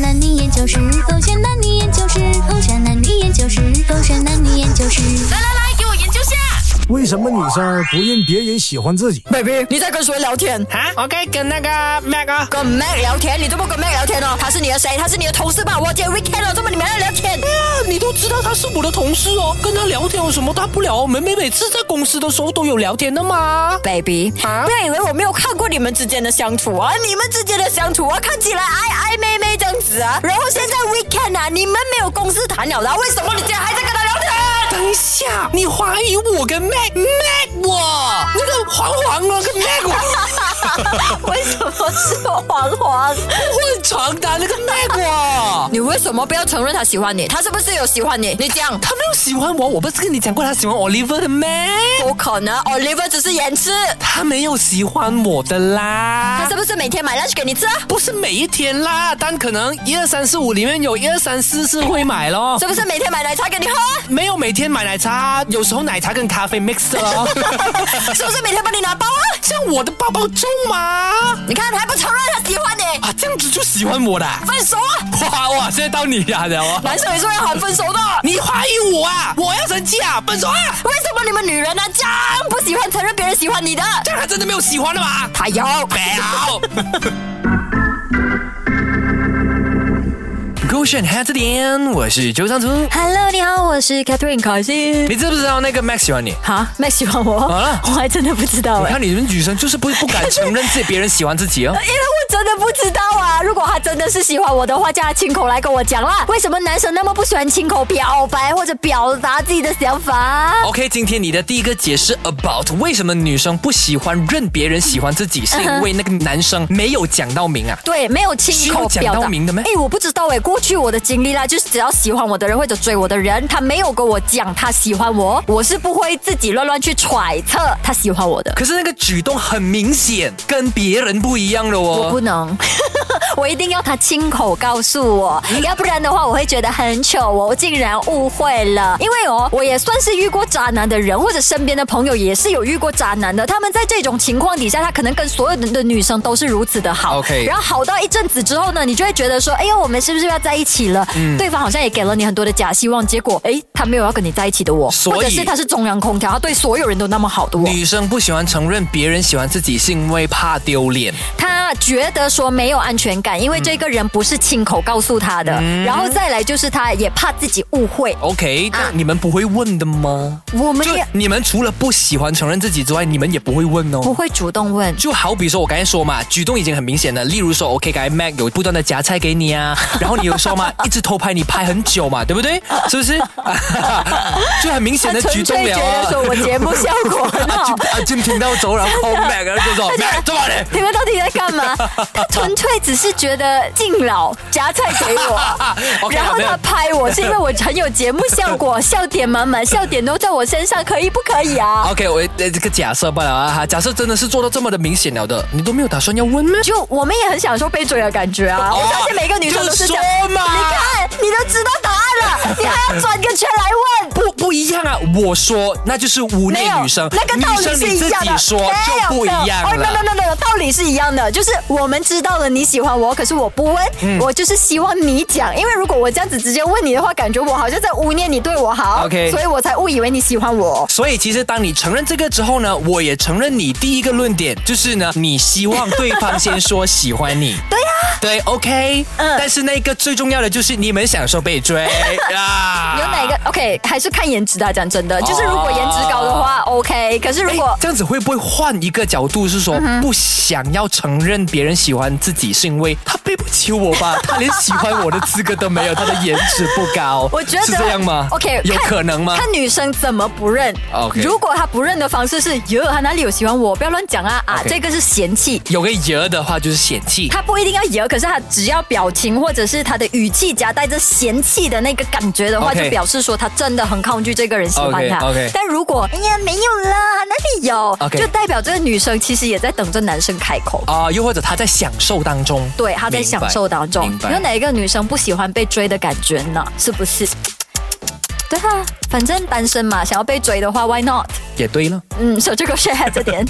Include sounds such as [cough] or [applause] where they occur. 男女研究室，狗选男女研究室，狗选男女研究室，狗选男女研究室。来来来，给我研究下。为什么女生不认别人喜欢自己？ baby，你在跟谁聊天？啊，我可以跟那个 Mac 啊，跟 Mac 聊天，你都不跟 Mac 聊天哦？他是你的谁？他是你的同事吧？我今天 weekend 了，怎么你们还聊天？哎你都知道他是我的同事哦，跟他聊天有什么大不了？我们每每次在公司的时候都有聊天的嘛。啊 baby，、不要以为我没有看过你们之间的相处啊！你们之间的相处啊，看起来暧暧昧昧这样子啊。然后现在 weekend 啊，你们没有公司谈了啦，为什么你今天还在跟他聊天？ [laughs] 等一下，你怀疑我跟 Mac Mac 我那个黄黄那个 Mac 我为什么是我黄黄？混床单那个 Mac 我。你为什么不要承认他喜欢你？他是不是有喜欢你？你讲。他没有喜欢我，我不是跟你讲过他喜欢 Oliver 的咩？不可能，Oliver 只是延迟。他没有喜欢我的他啦是，不是每天买 lunch 给你吃啊？不是每一天啦，但可能一二三四五里面有一二三四是会买咯，是不是每天买奶茶给你喝啊？没有每天买奶茶，有时候奶茶跟咖啡 mix 的咯。 [laughs] 是不是每天帮你拿包啊？这样我的包包重吗？你看还不承认他喜欢你，啊，这样子就喜欢我的啊、分手啊！哇哇，现在到你呀了哦！男生也是会喊分手的。你怀疑我啊？我要生气啊！分手啊！为什么你们女人呢、啊这样不喜欢承认别人喜欢你的？这样他真的没有喜欢的吗？他有。没有。 [laughs] 勾选 h a 点，我是周尚图。 Hello，你好，我是 Catherine 凯西。你知不知道那个 Max 喜欢你？哈，Max 喜欢我？啊我还真的不知道你哎、看你们女生就是不不敢承认自己别人喜欢自己哦。因为我真的不知道啊！如果他真的是喜欢我的话，叫他亲口来跟我讲啦。为什么男生那么不喜欢亲口表白或者表达自己的想法？ OK，今天你的第一个解释 about 为什么女生不喜欢认别人喜欢自己，是因为那个男生没有讲到明啊。对，没有亲口需要表讲达。到明的咩哎，我不知道哎，过去我的经历啦，就是只要喜欢我的人或者追我的人，他没有跟我讲他喜欢我，我是不会自己乱乱去揣测他喜欢我的。可是那个举动很明显跟别人不一样的我哦不。能。 [laughs] 我一定要他亲口告诉我，嗯要不然的话我会觉得很糗，哦我竟然误会了。因为哦，我也算是遇过渣男的人，或者身边的朋友也是有遇过渣男的。他们在这种情况底下，他可能跟所有的女生都是如此的好。 OK 然后好到一阵子之后呢，你就会觉得说，哎呦，我们是不是要在一起了？嗯对方好像也给了你很多的假希望，结果哎，他没有要跟你在一起的我，所以或者是他是中央空调，他对所有人都那么好的我。女生不喜欢承认别人喜欢自己，是因为怕丢脸。他觉得说没有安全感，因为这个人不是亲口告诉他的，嗯然后再来就是他也怕自己误会。 OK，那啊你们不会问的吗？我们就也你们除了不喜欢承认自己之外，你们也不会问不哦。会主动问，就好比说，我刚才说嘛，举动已经很明显了。例如说，OK，刚才 Mac 有不断的夹菜给你 [laughs] 啊，然后你有说嘛，一直偷拍你拍很久嘛，对不对？是不是？ [laughs] 就很明显啊他的举纯动粹了觉啊得说我节目效果很啊 [laughs] 好就。啊就听到走，然后 call Mac，然后就说 Mac 怎么了？你们到底在干嘛？他纯粹只是觉得敬老夹菜给我， [laughs] OK 然后没有他拍我是因为我很有节目效果，笑点满满，笑点都在我身上，可以不可以 [laughs] 啊？ OK，我呃这个假设罢了啊，哈假设真的是做到这么的明显了的，你都没有打算要问吗？就我们也很享受被追的感觉啊！哦我相信每个女生都是这样。就说嘛你看，你都知道答案了，你还要转个圈 [laughs] 来问？不不一样啊！我说那就是污没蔑有女生，那个道女理生是你一自样的，己说没有就不一样啊没有哦，no 了。 no no no，道理是一样的，就是我们知道了你喜欢我，可是我不问，嗯我就是希望你讲，因为如果我这样子直接问你的话，感觉我好像在污蔑你对我好 OK 所以我才误以为你喜欢我。所以其实当你承认这个之后呢，我也承认你第一个论点，就是呢，你希望对方先说喜 [laughs] 欢你。对呀、对，OK。嗯但是那个最重要的就是你们享受被 [laughs] 追啊。哦有哪个 OK？还是看颜值的啊、讲真的，就是如果颜值高的话、OK，可是如哎？果嗯这样子会不会换一个角度是说，不想要承认别人喜欢自己，是因为他配不起我吧？他连喜欢我的资格都没有，他的颜值不高。 [laughs] 我觉得是这样吗 OK，有看可能吗？看女生怎么不认。 OK 如果她不认的方式是“哟，她哪里有喜欢我？不要乱讲啊啊 OK 这个是嫌弃。有个爷的话就是嫌弃。她不一定要有，可是她只要表情或者是她的语气夹带着嫌弃的那个感觉的话 OK 就表示说她真的很抗拒这个人喜欢她。 OK，OK 但如果哎呀没有啦，哪里有 OK 就代表这个女生其实也在等着男生开口。啊、又或者他在享受当中，对，她在明白享受当中明。白有哪一个女生不喜欢被追的感觉呢？是不是？对啊，反正单身嘛，想要被追的话，Why not？也对了。嗯，手机狗血这点。